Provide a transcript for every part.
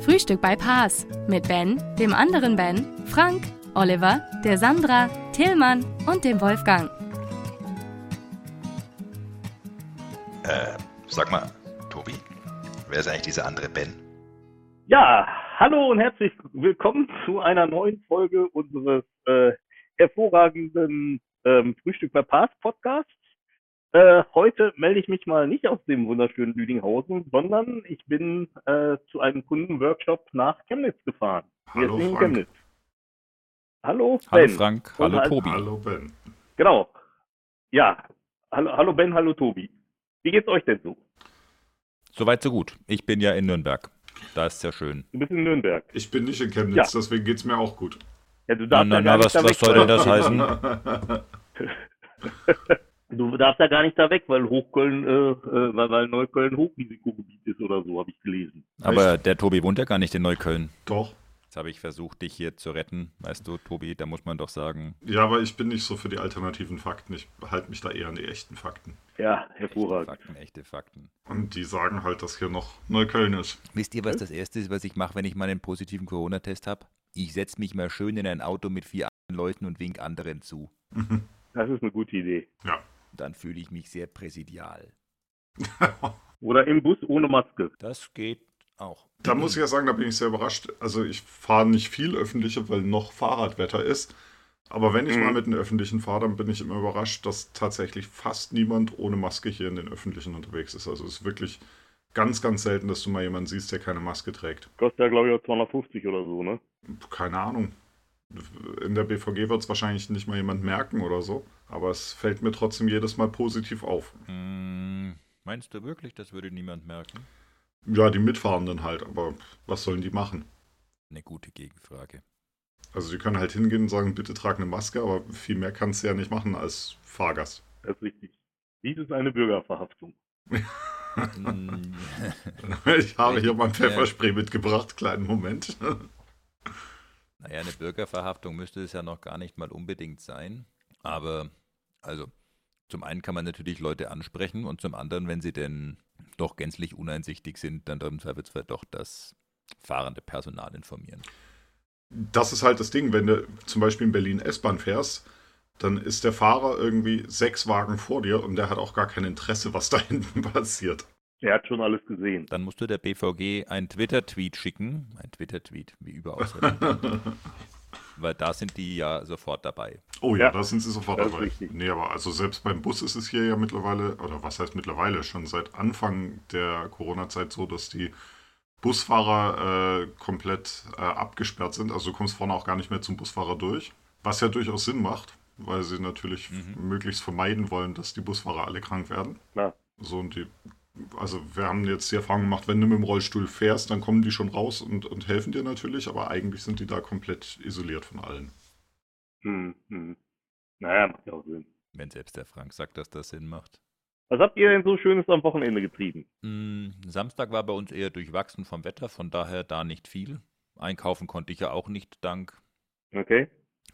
Frühstück bei Paas mit Ben, dem anderen Ben, Frank, Oliver, der Sandra, Tillmann und dem Wolfgang. Äh, sag mal, Tobi, wer ist eigentlich dieser andere Ben? Ja, hallo und herzlich willkommen zu einer neuen Folge unseres äh, hervorragenden ähm, Frühstück bei Paas Podcasts. Äh, heute melde ich mich mal nicht aus dem wunderschönen Lüdinghausen, sondern ich bin äh, zu einem Kundenworkshop nach Chemnitz gefahren. Wir Hallo, sind in Frank. Chemnitz. Hallo, Hallo Ben. Frank, Und hallo als- Tobi. Hallo Ben. Genau. Ja, hallo, hallo Ben, hallo Tobi. Wie geht's euch denn so? Soweit so gut. Ich bin ja in Nürnberg. Da ist ja schön. Du bist in Nürnberg. Ich bin nicht in Chemnitz, deswegen geht's mir auch gut. Ja, du darfst Na, na, na, ja gar nicht was, da was weg, soll weil- denn das heißen? Du darfst ja gar nicht da weg, weil Hochköln, äh, äh, weil, weil Neukölln Hochrisikogebiet ist oder so, habe ich gelesen. Aber der Tobi wohnt ja gar nicht in Neukölln. Doch. Jetzt habe ich versucht, dich hier zu retten. Weißt du, Tobi, da muss man doch sagen, Ja, aber ich bin nicht so für die alternativen Fakten. Ich halte mich da eher an die echten Fakten. Ja, echte hervorragend. Fakten, echte Fakten. Und die sagen halt, dass hier noch Neukölln ist. Wisst Mhm. ihr, was das Erste ist, was ich mache, wenn ich mal einen positiven Corona-Test habe? Ich setze mich mal schön in ein Auto mit vier anderen Leuten und wink anderen zu. Das ist eine gute Idee. Dann fühle ich mich sehr präsidial. Oder im Bus ohne Maske. Das geht auch. Da muss ich ja sagen, da bin ich sehr überrascht. Also ich fahre nicht viel öffentliche, weil noch Fahrradwetter ist. Aber wenn ich Mhm. mal mit den Öffentlichen fahre, dann bin ich immer überrascht, dass tatsächlich fast niemand ohne Maske hier in den Öffentlichen unterwegs ist. Also es ist wirklich ganz, ganz selten, dass du mal jemanden siehst, der keine Maske trägt. Kostet ja, glaube ich, auch 250 oder so, ne? Keine Ahnung. In der BVG wird es wahrscheinlich nicht mal jemand merken oder so. Aber es fällt mir trotzdem jedes Mal positiv auf. Mm, meinst du wirklich, das würde niemand merken? Ja, die Mitfahrenden halt, aber was sollen die machen? Eine gute Gegenfrage. Also die können halt hingehen und sagen, bitte trag eine Maske, aber viel mehr kannst du ja nicht machen als Fahrgast. Das ist richtig. Dies ist eine Bürgerverhaftung. Mm, Ich habe hier mein Ja. Pfefferspray mitgebracht, kleinen Moment. naja, eine Bürgerverhaftung müsste es ja noch gar nicht mal unbedingt sein. Aber, also, zum einen kann man natürlich Leute ansprechen und zum anderen, wenn sie denn doch gänzlich uneinsichtig sind, dann im Zweifelsfall doch das fahrende Personal informieren. Das ist halt das Ding, wenn du zum Beispiel in Berlin S-Bahn fährst, dann ist der Fahrer irgendwie sechs Wagen vor dir und der hat auch gar kein Interesse, was da hinten passiert. Er hat schon alles gesehen. Dann musst du der BVG einen Twitter-Tweet schicken. Ein Twitter-Tweet, wie überaus. relevant. Weil da sind die ja sofort dabei. Oh ja, Ja, da sind sie sofort das ist dabei. richtig. Nee, aber also selbst beim Bus ist es hier ja mittlerweile, oder was heißt mittlerweile, schon seit Anfang der Corona-Zeit so, dass die Busfahrer äh, komplett äh, abgesperrt sind. Also du kommst vorne auch gar nicht mehr zum Busfahrer durch. Was ja durchaus Sinn macht, weil sie natürlich möglichst vermeiden wollen, dass die Busfahrer alle krank werden. Klar. So und die, also wir haben jetzt die Erfahrung gemacht, wenn du mit dem Rollstuhl fährst, dann kommen die schon raus und, und helfen dir natürlich, aber eigentlich sind die da komplett isoliert von allen. Hm, hm. Naja, macht ja auch Sinn. Wenn selbst der Frank sagt, dass das Sinn macht. Was habt ihr denn so Schönes am Wochenende getrieben? Mm, Samstag war bei uns eher durchwachsen vom Wetter, von daher da nicht viel. Einkaufen konnte ich ja auch nicht, dank Okay?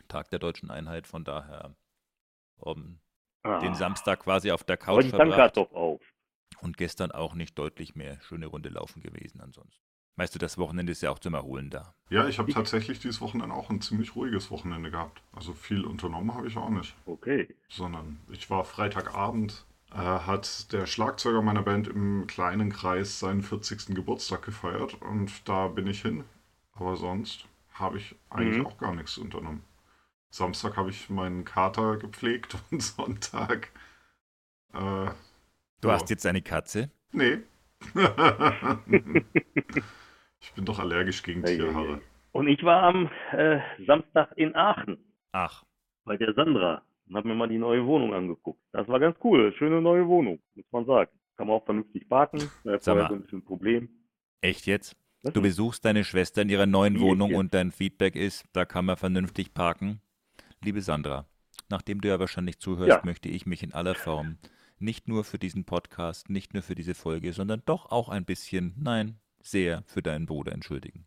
Tag der deutschen Einheit, von daher ähm, Ah, den Samstag quasi auf der aber Couch die Tank hat verbracht doch auf. und gestern auch nicht deutlich mehr schöne Runde laufen gewesen ansonsten. Weißt du, das Wochenende ist ja auch zum Erholen da. Ja, ich habe Ich- tatsächlich dieses Wochenende auch ein ziemlich ruhiges Wochenende gehabt. Also viel unternommen habe ich auch nicht, Okay. sondern ich war Freitagabend, äh, hat der Schlagzeuger meiner Band im kleinen Kreis seinen 40. Geburtstag gefeiert und da bin ich hin. Aber sonst habe ich eigentlich Mhm. auch gar nichts unternommen. Samstag habe ich meinen Kater gepflegt und Sonntag. Äh, Du Ja. hast jetzt eine Katze? nee. ich bin doch allergisch gegen Tierhaare. Eieiei. Und ich war am äh, Samstag in Aachen Ach, bei der Sandra und habe mir mal die neue Wohnung angeguckt. Das war ganz cool. Schöne neue Wohnung, muss man sagen. Kann man auch vernünftig parken. War ja Sag vorher mal. so ein bisschen ein Problem. echt jetzt? Was Du denn? besuchst deine Schwester in ihrer neuen Die Wohnung ist jetzt- und dein Feedback ist, da kann man vernünftig parken. Liebe Sandra, nachdem du ja wahrscheinlich zuhörst, Ja. möchte ich mich in aller Form nicht nur für diesen Podcast, nicht nur für diese Folge, sondern doch auch ein bisschen, nein, sehr für deinen Bruder entschuldigen.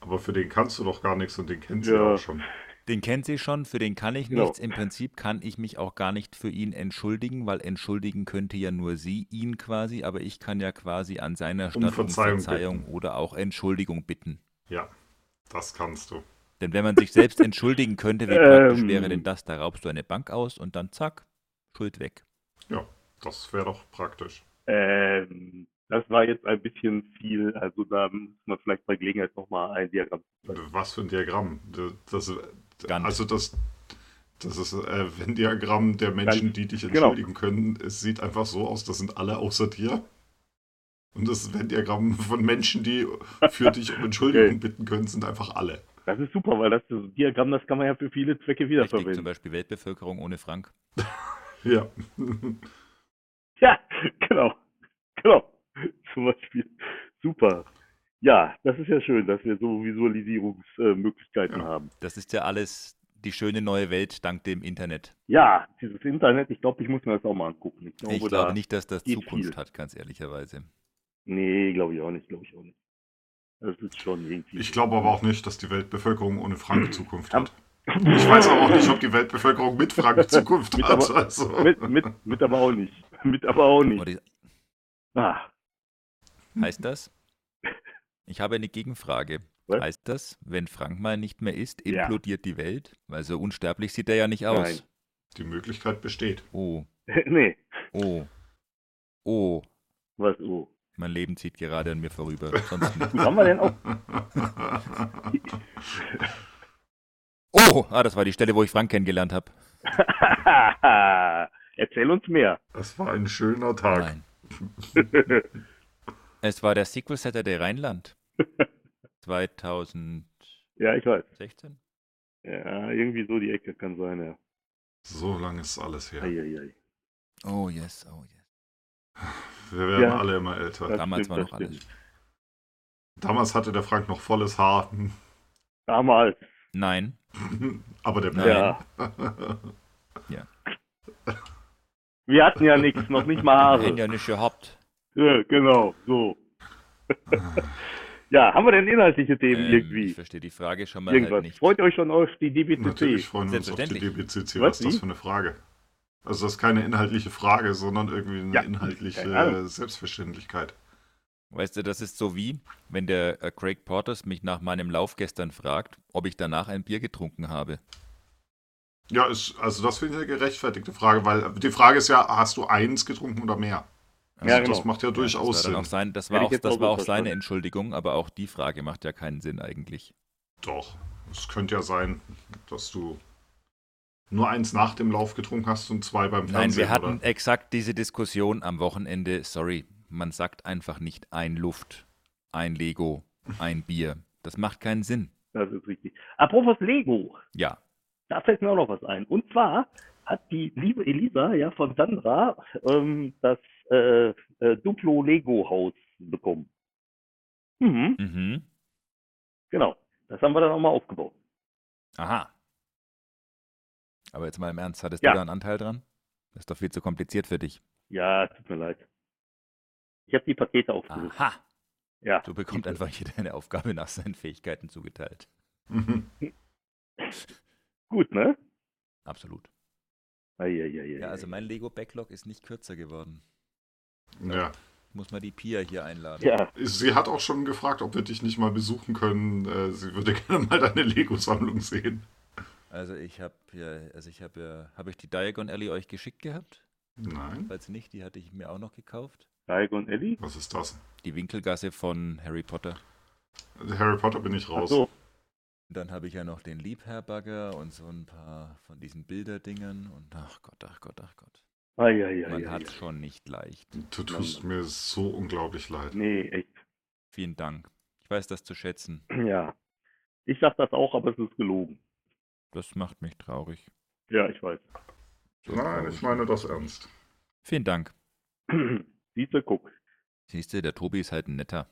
Aber für den kannst du doch gar nichts und den kennst du Ja. ja auch schon. Den kennt sie schon, für den kann ich Genau. nichts. Im Prinzip kann ich mich auch gar nicht für ihn entschuldigen, weil entschuldigen könnte ja nur sie, ihn quasi, aber ich kann ja quasi an seiner Stelle um Verzeihung Verzeihung, oder auch Entschuldigung bitten. Ja, das kannst du. Denn wenn man sich selbst entschuldigen könnte, wie praktisch Ähm. wäre denn das? Da raubst du eine Bank aus und dann zack, Schuld weg. Ja, das wäre doch praktisch. Ähm, das war jetzt ein bisschen viel. Also da muss man vielleicht bei Gelegenheit nochmal ein Diagramm. Was für ein Diagramm? Das, Gantt. also das, das ist äh, wenn Diagramm der Menschen, die dich genau. entschuldigen können. Es sieht einfach so aus, das sind alle außer dir. Und das Venn Diagramm von Menschen, die für dich um Entschuldigung Okay. bitten können, sind einfach alle. Das ist super, weil das so ein Diagramm, das kann man ja für viele Zwecke Richtig, zum wiederverwenden. Beispiel Weltbevölkerung ohne Frank. Ja. Ja, genau. Genau. Zum Beispiel. Super. Ja, das ist ja schön, dass wir so Visualisierungsmöglichkeiten Ja. haben. Das ist ja alles die schöne neue Welt dank dem Internet. Ja, dieses Internet, ich glaube, ich muss mir das auch mal angucken. Ich glaube, ich da, glaube nicht, dass das geht Zukunft viel. hat, ganz ehrlicherweise. Nee, glaube ich auch nicht, glaube ich auch nicht. Das ist schon irgendwie. Ich glaube aber auch nicht, dass die Weltbevölkerung ohne Frank Zukunft hat. Ich weiß aber auch nicht, ob die Weltbevölkerung mit Frank Zukunft Mit hat. aber- Also. mit, mit, mit aber auch nicht. Mit aber auch nicht. Und ich, Ah, heißt das? Ich habe eine Gegenfrage. Was? Heißt das, wenn Frank mal nicht mehr ist, Ja. implodiert die Welt? Weil so unsterblich sieht er ja nicht aus. Nein. Die Möglichkeit besteht. Oh, nee, oh, oh, was oh. mein Leben zieht gerade an mir vorüber. Sonst nicht. Haben wir denn auch? Oh, ah, das war die Stelle, wo ich Frank kennengelernt habe. Erzähl uns mehr. Es war ein schöner Tag. Nein. es war der Sequel Saturday Rheinland. 2016? Ja, ich weiß. Ja, irgendwie so die Ecke kann sein, ja. So lange ist alles her. Eieiei. Oh yes, oh yes. Wir werden Ja. alle immer älter. Das Damals stimmt, war das noch alles. Damals hatte der Frank noch volles Haar. Hm, Damals. Nein. Aber der Nein. Ja. Ja. Wir hatten ja nichts, noch nicht mal Wir Haare. hätten ja nicht gehabt. Ja, genau, so. ja, haben wir denn inhaltliche Themen Ähm, irgendwie? Ich verstehe die Frage schon mal Irgendwas. halt nicht. Freut euch schon auf die Natürlich DBCC? freuen wir uns auf die Selbstverständlich. DBCC. Was, Was ist das wie? für eine Frage? Also das ist keine inhaltliche Frage, sondern irgendwie eine Ja, also. keine inhaltliche Ahnung. Selbstverständlichkeit. Weißt du, das ist so wie, wenn der äh, Craig Porters mich nach meinem Lauf gestern fragt, ob ich danach ein Bier getrunken habe. Ja, ist, also das finde ich eine gerechtfertigte Frage, weil die Frage ist ja, hast du eins getrunken oder mehr? Also Ja, Das genau. macht ja durchaus das war dann Sinn. auch sein, das war Hätte ich auch, jetzt das auch war so auch seine verstanden. Entschuldigung, aber auch die Frage macht ja keinen Sinn eigentlich. Doch, es könnte ja sein, dass du nur eins nach dem Lauf getrunken hast und zwei beim Nein, Fernsehen. wir hatten exakt diese Diskussion am Wochenende. Sorry, man sagt einfach nicht ein Luft, ein Lego, ein Bier. Das macht keinen Sinn. Das ist richtig. Apropos Lego. Ja, Da fällt mir auch noch was ein. Und zwar hat die liebe Elisa ja von Sandra ähm, das äh, äh, Duplo Lego Haus bekommen. Mhm, mhm. genau. Das haben wir dann auch mal aufgebaut. aha. Aber jetzt mal im Ernst, hattest Ja. du da einen Anteil dran? Das ist doch viel zu kompliziert für dich. Ja, tut mir leid. Ich habe die Pakete aufgelöst. Aha, Ja. du bekommst einfach jeder eine Aufgabe nach seinen Fähigkeiten zugeteilt. oder? Gut, ne? Absolut. Eieiei. Ja, also mein Lego-Backlog ist nicht kürzer geworden. ja. Muss mal die Pia hier einladen. ja, Sie hat auch schon gefragt, ob wir dich nicht mal besuchen können. Äh, Sie würde gerne mal deine Lego-Sammlung sehen. Also ich habe ja, also ich habe ja, habe ich die Diagon Alley euch geschickt gehabt? Nein. Falls nicht, die hatte ich mir auch noch gekauft. Daigo und Ellie. Was ist das? Die Winkelgasse von Harry Potter. Harry Potter bin ich Ach raus. so. Dann habe ich ja noch den Liebherrbagger und so ein paar von diesen Bilderdingern und ach Gott, ach Gott, ach Gott. Man Eieiei. hat schon nicht leicht. Du tust mir so unglaublich leid. Nee, echt. Vielen Dank. Ich weiß das zu schätzen. Ja. Ich sag das auch, aber es ist gelogen. Das macht mich traurig. Ja, ich weiß. So Nein, traurig. ich meine das ernst. Vielen Dank. Siehste, guck. Siehst du, der Tobi ist halt ein netter.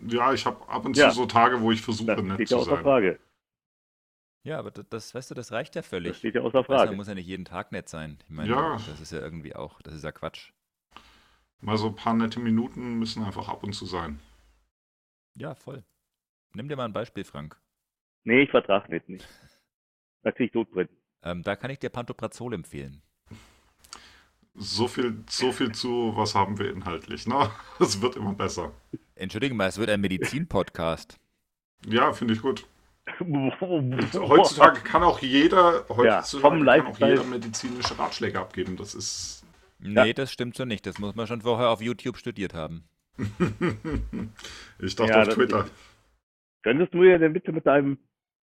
Ja, ich habe ab und zu Ja. so Tage, wo ich versuche, Das nett steht zu ja außer sein. Frage. Ja, aber das, das weißt du, das reicht ja Das völlig. steht ja außer Weißt du, man Frage. muss ja nicht jeden Tag nett sein. Ich meine, Ja. das ist ja irgendwie auch, das ist ja Quatsch. Mal so ein paar nette Minuten müssen einfach ab und zu sein. Ja, voll. Nimm dir mal ein Beispiel, Frank. Nee, ich vertrag nicht. nicht. Da krieg ich Todbrennen. Ähm, da kann ich dir Pantoprazol empfehlen. So viel, so viel zu, was haben wir inhaltlich. Na, es wird immer besser. Entschuldigen mal, es wird ein Medizin-Podcast. Ja, finde ich gut. Heutzutage. Heutzutage kann auch jeder, heutzutage Oh, vom kann auch Lifestyle- jeder medizinische Ratschläge abgeben. Das ist. Nee, das stimmt so nicht. Das muss man schon vorher auf YouTube studiert haben. ich dachte Ja, auf das- Twitter. Könntest du mir denn bitte mit deinem,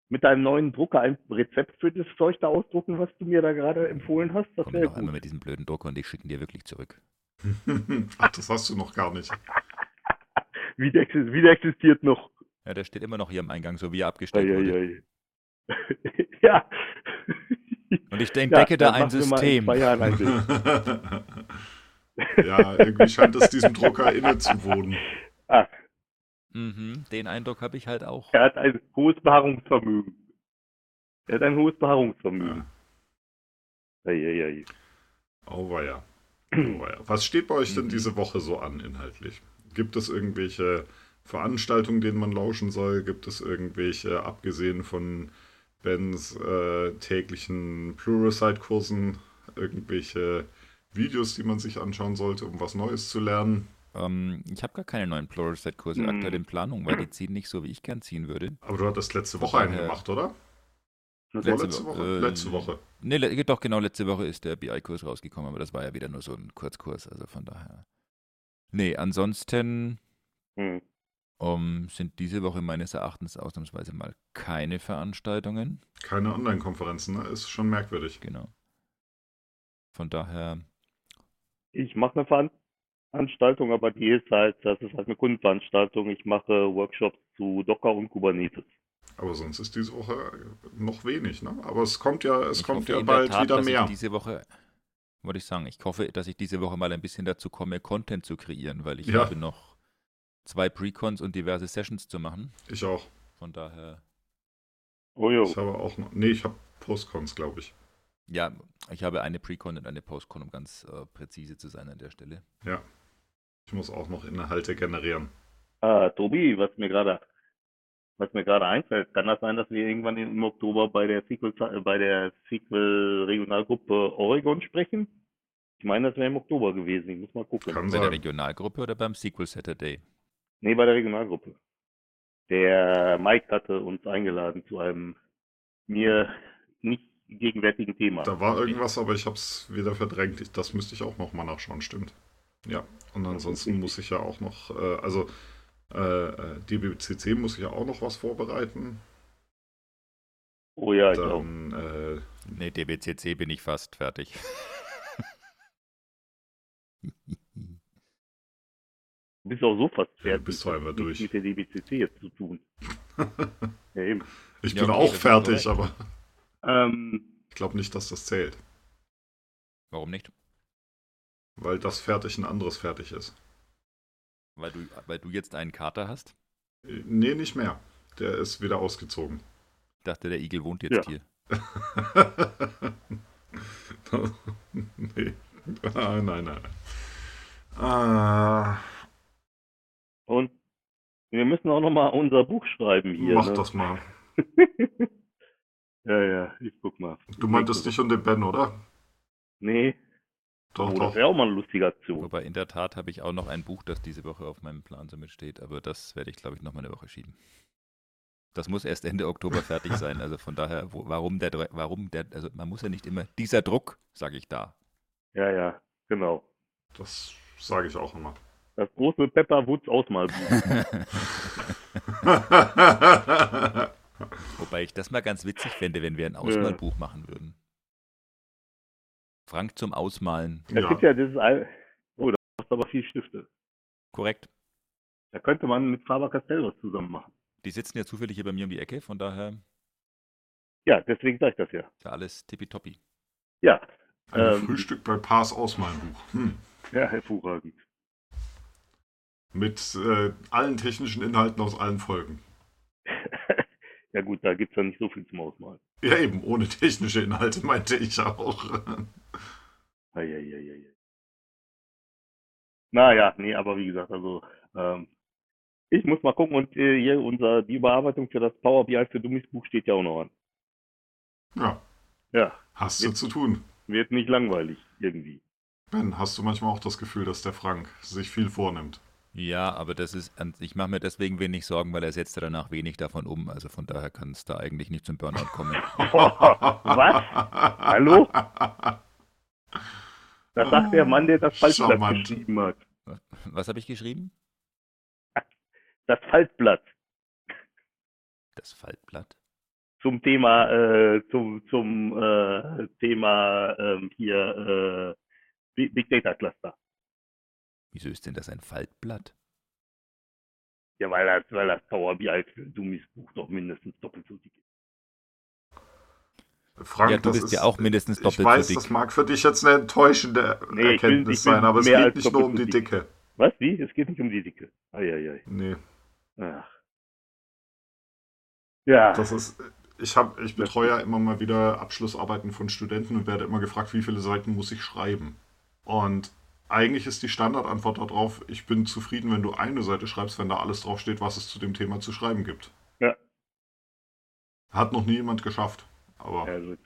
mit deinem neuen Drucker ein Rezept für das Zeug da ausdrucken, was du mir da gerade empfohlen hast? Das Komm mir wäre noch einmal gut. mit diesem blöden Druck und ich schicke ihn dir wirklich zurück. Ach, das hast du noch gar nicht. Wie der, exi- wie der existiert noch. Ja, der steht immer noch hier am Eingang, so wie er abgestellt wurde. Eieiei. ja. Und ich entdecke da dann ein machen wir mal in System. Zwei Jahren ein Bild. ja, irgendwie scheint es diesem Drucker inne zu wohnen. Ah, Mhm, den Eindruck habe ich halt auch. er hat ein hohes Beharrungsvermögen. Er hat ein hohes Beharrungsvermögen. Eieiei. Auweia. Auweia. Was steht bei euch denn diese Woche so an inhaltlich? Gibt es irgendwelche Veranstaltungen, denen man lauschen soll? Gibt es irgendwelche, abgesehen von Bens äh, täglichen Pluralsight-Kursen, irgendwelche Videos, die man sich anschauen sollte, um was Neues zu lernen? Ähm, ich habe gar keine neuen Pluralsight-Kurse Mhm. aktuell in Planung, weil die ziehen nicht so, wie ich gern ziehen würde. Aber du hattest letzte Von Woche einen daher- gemacht, oder? äh, Letzte Vorletzte Wo- Woche? äh, letzte Woche. Nee, le doch genau, letzte Woche ist der BI-Kurs rausgekommen, aber das war ja wieder nur so ein Kurzkurs, also von daher. Nee, ansonsten Hm. ähm, sind diese Woche meines Erachtens ausnahmsweise mal keine Veranstaltungen. Keine Online-Konferenzen, ne? Ist schon merkwürdig. Genau. Von daher, Ich mache eine Veranstaltung, aber die ist halt, das ist halt eine Kundenveranstaltung. Ich mache Workshops zu Docker und Kubernetes. Aber sonst ist diese Woche noch wenig, ne? Aber es kommt ja, es ich kommt hoffe ja in bald der Tat, also wieder dass mehr. Ich diese Woche, wollte ich sagen, ich hoffe, dass ich diese Woche mal ein bisschen dazu komme, Content zu kreieren, weil ich Ja. habe noch zwei Precons und diverse Sessions zu machen. Ich auch. Von daher, Oh jo. Ich habe auch noch. Nee, ich habe Postcons, glaube ich. ja, ich habe eine Precon und eine Postcon, um ganz äh, präzise zu sein an der Stelle. Ich muss auch noch Inhalte generieren. Ah, Tobi, was mir gerade, was mir gerade einfällt, kann das sein, dass wir irgendwann im Oktober bei der Sequel, bei der Sequel Regionalgruppe Oregon sprechen? Ich meine, das wäre im Oktober gewesen. Ich muss mal gucken. Kann Bei der sein. Regionalgruppe oder beim Sequel Saturday? Nee, bei der Regionalgruppe. Der Mike hatte uns eingeladen zu einem mir nicht gegenwärtigen Thema. Da war irgendwas, aber ich habe es wieder verdrängt. Ich, das müsste ich auch noch mal nachschauen, stimmt. Ja, und ansonsten muss ich ja auch noch, äh, also äh, äh, DBCC muss ich ja auch noch was vorbereiten. Oh ja, ich auch. Dann, äh, Nee, DBCC bin ich fast fertig. Du bist auch so fast Ja, fertig. bist du einmal Das hat durch. nichts mit der DBCC jetzt zu tun. Ja, eben. ich Ja, bin okay, auch das ist fertig, korrekt. aber Ähm, ich glaube nicht, dass das zählt, Warum nicht? weil das fertig ein anderes fertig ist. Weil du, weil du jetzt einen Kater hast? Äh, Nee, nicht mehr. Der ist wieder ausgezogen. Ich dachte, der Igel wohnt jetzt Ja. hier. nee. Ah, nein, nein. Ah, und wir müssen auch nochmal unser Buch schreiben hier. mach ne? das mal. ja, ja, ich guck mal. Du meintest dich und den Ben, oder? Nee, Doch, oh, das doch. wäre auch mal eine lustige Aktion. Wobei in der Tat habe ich auch noch ein Buch, das diese Woche auf meinem Plan somit steht, aber das werde ich, glaube ich, noch mal eine Woche schieben. Das muss erst Ende Oktober fertig sein, also von daher, wo, warum der, Dre- warum der, also man muss ja nicht immer, dieser Druck, sage ich da. Ja, ja, genau. Das sage ich auch immer. Das große Pepper Woods Ausmalbuch. Wobei ich das mal ganz witzig fände, wenn wir ein Ausmalbuch machen würden. Frank zum Ausmalen, Da ja, gibt ja dieses. Al oh, da brauchst du aber viel Stifte. korrekt. Da könnte man mit Faber Castell was zusammen machen. Die sitzen ja zufällig hier bei mir um die Ecke, von daher ist Ja, deswegen sage ich das ja. ja alles tippitoppi. Ja, ein ähm, Frühstück bei Pass aus meinem Buch. Hm. ja, hervorragend. Mit äh, allen technischen Inhalten aus allen Folgen. ja gut, da gibt es ja nicht so viel zum Ausmalen. Ja, eben, ohne technische Inhalte meinte ich auch. Eieieiei. Naja, nee, aber wie gesagt, also ähm, ich muss mal gucken und äh, hier unser, die Überarbeitung für das Power BI für Dummies Buch steht ja auch noch an. Ja, Ja, hast du zu tun. wird nicht langweilig irgendwie. Ben, hast du manchmal auch das Gefühl, dass der Frank sich viel vornimmt? Ja, aber das ist, an- ich mache mir deswegen wenig Sorgen, weil er setzt danach wenig davon um. Also von daher kann es da eigentlich nicht zum Burnout kommen. was? Hallo? Das sagt der Mann, der das Faltblatt Charmant. geschrieben hat. Was habe ich geschrieben? Das Faltblatt Das Faltblatt. zum Thema, äh, zum, zum äh, Thema ähm, hier äh, Big Big Data Cluster. Wieso ist denn das ein Faltblatt? Ja, weil das, weil das Power BI für Dummies Buch doch mindestens doppelt so dick ist. Frank, ja, du das bist ist, ja auch mindestens doppelt Ich weiß, so dick. das mag für dich jetzt eine enttäuschende Nee, ich will- Erkenntnis ich will sein, aber es mehr geht als nicht nur um doppelt so die dick. Dicke. Was? Wie? Es geht nicht um die Dicke. Eieiei. Nee, Ach. Ja. das ist. Ich, hab, ich betreue ja immer mal wieder Abschlussarbeiten von Studenten und werde immer gefragt, wie viele Seiten muss ich schreiben? Und eigentlich ist die Standardantwort darauf, ich bin zufrieden, wenn du eine Seite schreibst, wenn da alles draufsteht, was es zu dem Thema zu schreiben gibt. Ja. Hat noch nie jemand geschafft. Aber ja, gut.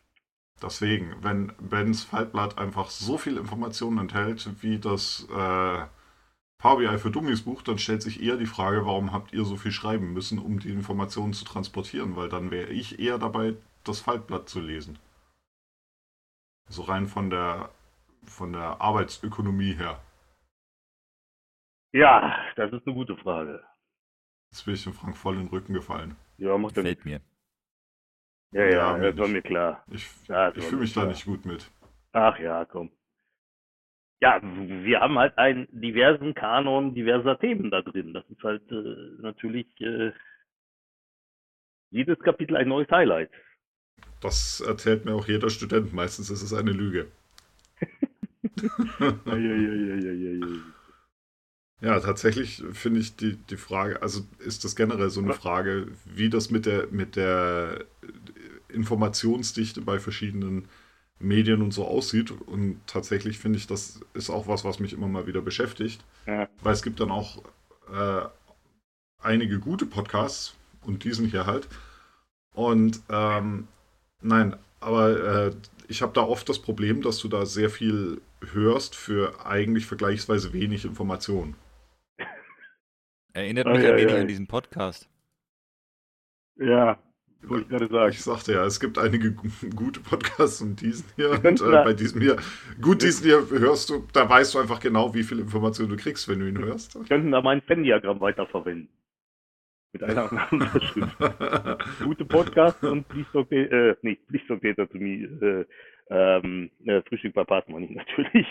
Deswegen, wenn Bens Faltblatt einfach so viel Informationen enthält wie das äh, Power BI für Dummies Buch, dann stellt sich eher die Frage, warum habt ihr so viel schreiben müssen, um die Informationen zu transportieren, weil dann wäre ich eher dabei, das Faltblatt zu lesen. So rein von der von der Arbeitsökonomie her. ja, das ist eine gute Frage. Jetzt bin ich dem Frank voll in den Rücken gefallen. Ja, macht dann. Gefällt mir. Ja, ja, Ja, das war Mensch. mir klar. Ich, Ja, das ich war fühle mir mich da klar. nicht gut mit. Ach ja, komm. Ja, wir haben halt einen diversen Kanon diverser Themen da drin. Das ist halt äh, natürlich äh, jedes Kapitel ein neues Highlight. Das erzählt mir auch jeder Student. Meistens ist es eine Lüge. Eieieiei. Ja, tatsächlich finde ich die, die Frage, also ist das generell so eine Frage, wie das mit der, mit der Informationsdichte bei verschiedenen Medien und so aussieht. Und tatsächlich finde ich, das ist auch was, was mich immer mal wieder beschäftigt. Ja. Weil es gibt dann auch äh, einige gute Podcasts und diesen hier halt. Und ähm, nein, aber äh, ich habe da oft das Problem, dass du da sehr viel hörst für eigentlich vergleichsweise wenig Information. Erinnert Ei, mich ein ei, wenig ei. an diesen Podcast. Ja, wollte ich gerade sagen. Ich sagte ja, es gibt einige gu- gute Podcasts und diesen hier. Und könnten äh, da- bei diesem hier, gut, diesen hier hörst du, da weißt du einfach genau, wie viel Information du kriegst, wenn du ihn hörst. Wir könnten da mein Venn-Diagramm weiterverwenden. Mit einer anderen Unterschrift. Gute Podcasts und Please Talk Data, äh, nicht Please Talk Data to me, äh, ähm, äh, Frühstück verpassen wir nicht natürlich.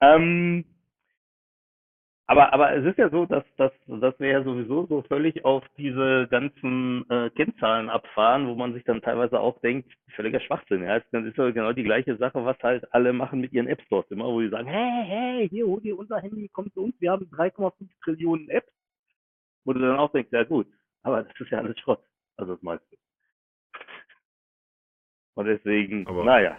Ähm, aber, aber es ist ja so, dass, dass, dass wir ja sowieso so völlig auf diese ganzen äh, Kennzahlen abfahren, wo man sich dann teilweise auch denkt, völliger Schwachsinn. Ja, dann ist ja genau die gleiche Sache, was halt alle machen mit ihren App Stores immer, wo die sagen, hey, hey, hier hol dir unser Handy, komm zu uns, wir haben 3,5 Trillionen Apps. Wo du dann auch denkst, ja gut, aber das ist ja alles Schrott, also das meiste. Und deswegen, Aber- naja.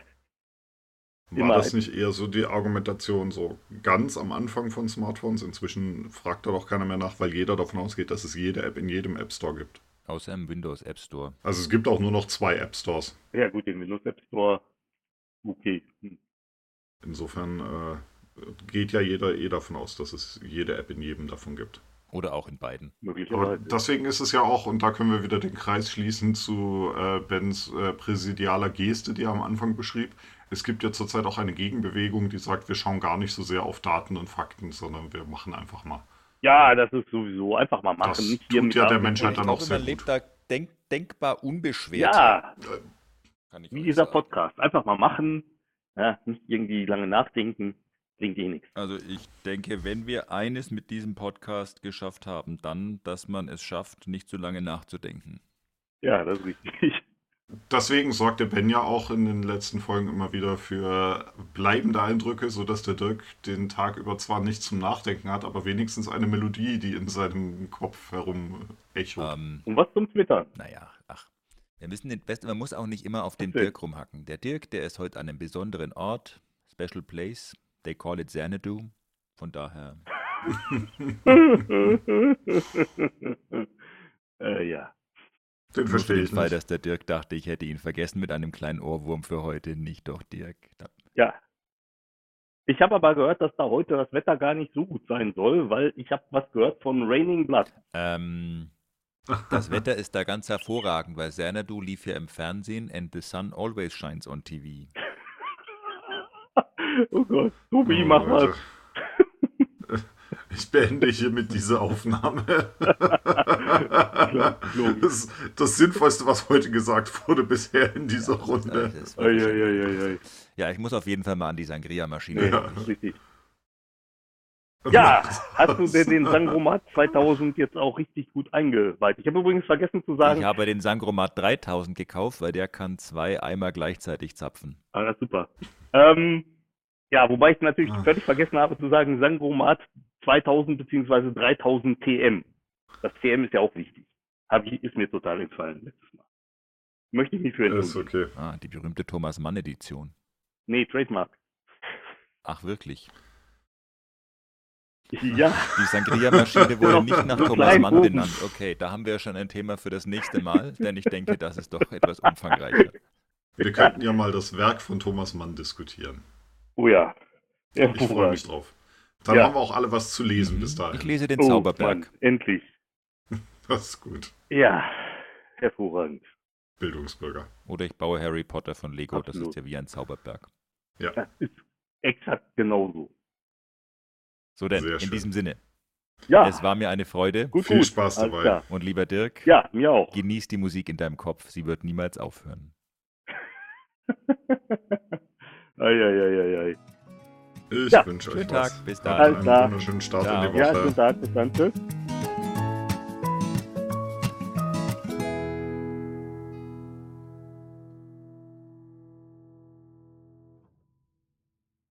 War Immer. das nicht eher so die Argumentation so ganz am Anfang von Smartphones? Inzwischen fragt da doch keiner mehr nach, weil jeder davon ausgeht, dass es jede App in jedem App Store gibt. Außer im Windows App Store. Also es gibt auch nur noch zwei App Stores. Ja, gut, den Windows App Store. Okay. Hm. Insofern äh, geht ja jeder eh davon aus, dass es jede App in jedem davon gibt. Oder auch in beiden. Aber Möglicherweise. deswegen ist es ja auch, und da können wir wieder den Kreis schließen zu äh, Bens äh, präsidialer Geste, die er am Anfang beschrieb. Es gibt ja zurzeit auch eine Gegenbewegung, die sagt, wir schauen gar nicht so sehr auf Daten und Fakten, sondern wir machen einfach mal. Ja, das ist sowieso einfach mal machen. Das nicht hier tut mit ja der Namen- Mensch halt ich dann auch glaube, sehr man gut. lebt da denk, denkbar unbeschwert. Ja, kann ich wie euch dieser also. sagen. Podcast. Einfach mal machen. Ja, nicht irgendwie lange nachdenken. Klingt eh nichts. Also ich denke, wenn wir eines mit diesem Podcast geschafft haben, dann, dass man es schafft, nicht zu lange nachzudenken. Ja, das ist richtig. Deswegen sorgte Ben ja auch in den letzten Folgen immer wieder für bleibende Eindrücke, sodass der Dirk den Tag über zwar nichts zum Nachdenken hat, aber wenigstens eine Melodie, die in seinem Kopf herum echot. Ähm, Und was zum Twittern? naja, ach. Wir müssen den besten, man muss auch nicht immer auf den Richtig. Dirk rumhacken. Der Dirk, der ist heute an einem besonderen Ort, Special Place. They call it Xanadu. Von daher, äh, ja. Den verstehe ich Fall, nicht. dass der Dirk dachte, ich hätte ihn vergessen mit einem kleinen Ohrwurm für heute. Nicht doch, Dirk. Da- Ja. Ich habe aber gehört, dass da heute das Wetter gar nicht so gut sein soll, weil ich habe was gehört von Raining Blood. Ähm, das Wetter ist da ganz hervorragend, weil Xanadu lief ja im Fernsehen and the sun always shines on TV. oh Gott, Tobi, Oh, mach Leute. was. Ich beende hiermit diese Aufnahme. logisch. das, das Sinnvollste, was heute gesagt wurde bisher in dieser Also, Das Runde. ist Ei, wirklich- ei, ei, ei, ei. Ja, ich muss auf jeden Fall mal an die Sangria-Maschine. Ja, Ja. das ist richtig. Ja, hast du denn den Sangromat 2000 jetzt auch richtig gut eingeweiht? Ich habe übrigens vergessen zu sagen, Ich habe den Sangromat 3000 gekauft, weil der kann zwei Eimer gleichzeitig zapfen. Ah, das ist super. Ähm, ja, wobei ich natürlich Ah. völlig vergessen habe zu sagen, Sangromat 2000 bzw. 3000 TM. Das TM ist ja auch wichtig. Hab ich, ist mir total entfallen letztes Mal. Möchte ich nicht für Ist entschuldigen. okay. Ah, die berühmte Thomas Mann-Edition. Nee, Trademark. Ach wirklich. Ja, Die Sangria-Maschine wurde nicht nach So Thomas klein Mann oben. benannt. Okay, da haben wir schon ein Thema für das nächste Mal, denn ich denke, das ist doch etwas umfangreicher. Wir könnten ja mal das Werk von Thomas Mann diskutieren. oh ja. Ja, Ich freue hurra. mich drauf. Dann Ja. haben wir auch alle was zu lesen bis Mhm. Ich dahin. lese den Oh, Zauberberg. Mann, endlich. Das ist gut. Ja, hervorragend. Bildungsbürger. Oder ich baue Harry Potter von Lego, das Absolut. ist ja wie ein Zauberberg. Das ist exakt genauso. So denn, Sehr in schön. diesem Sinne, Ja, es war mir eine Freude Ah. gut, Viel gut. Spaß Alles dabei. Klar. und lieber Dirk, Ja, mir auch. genieß die Musik in deinem Kopf, sie wird niemals aufhören. Eieieiei. Ich Ja, wünsche schönen euch was. Tag, bis Habt dann. Alles Einen klar. wunderschönen Start Ciao. in die Ja, Woche. schönen Tag, bis dann. Tschüss.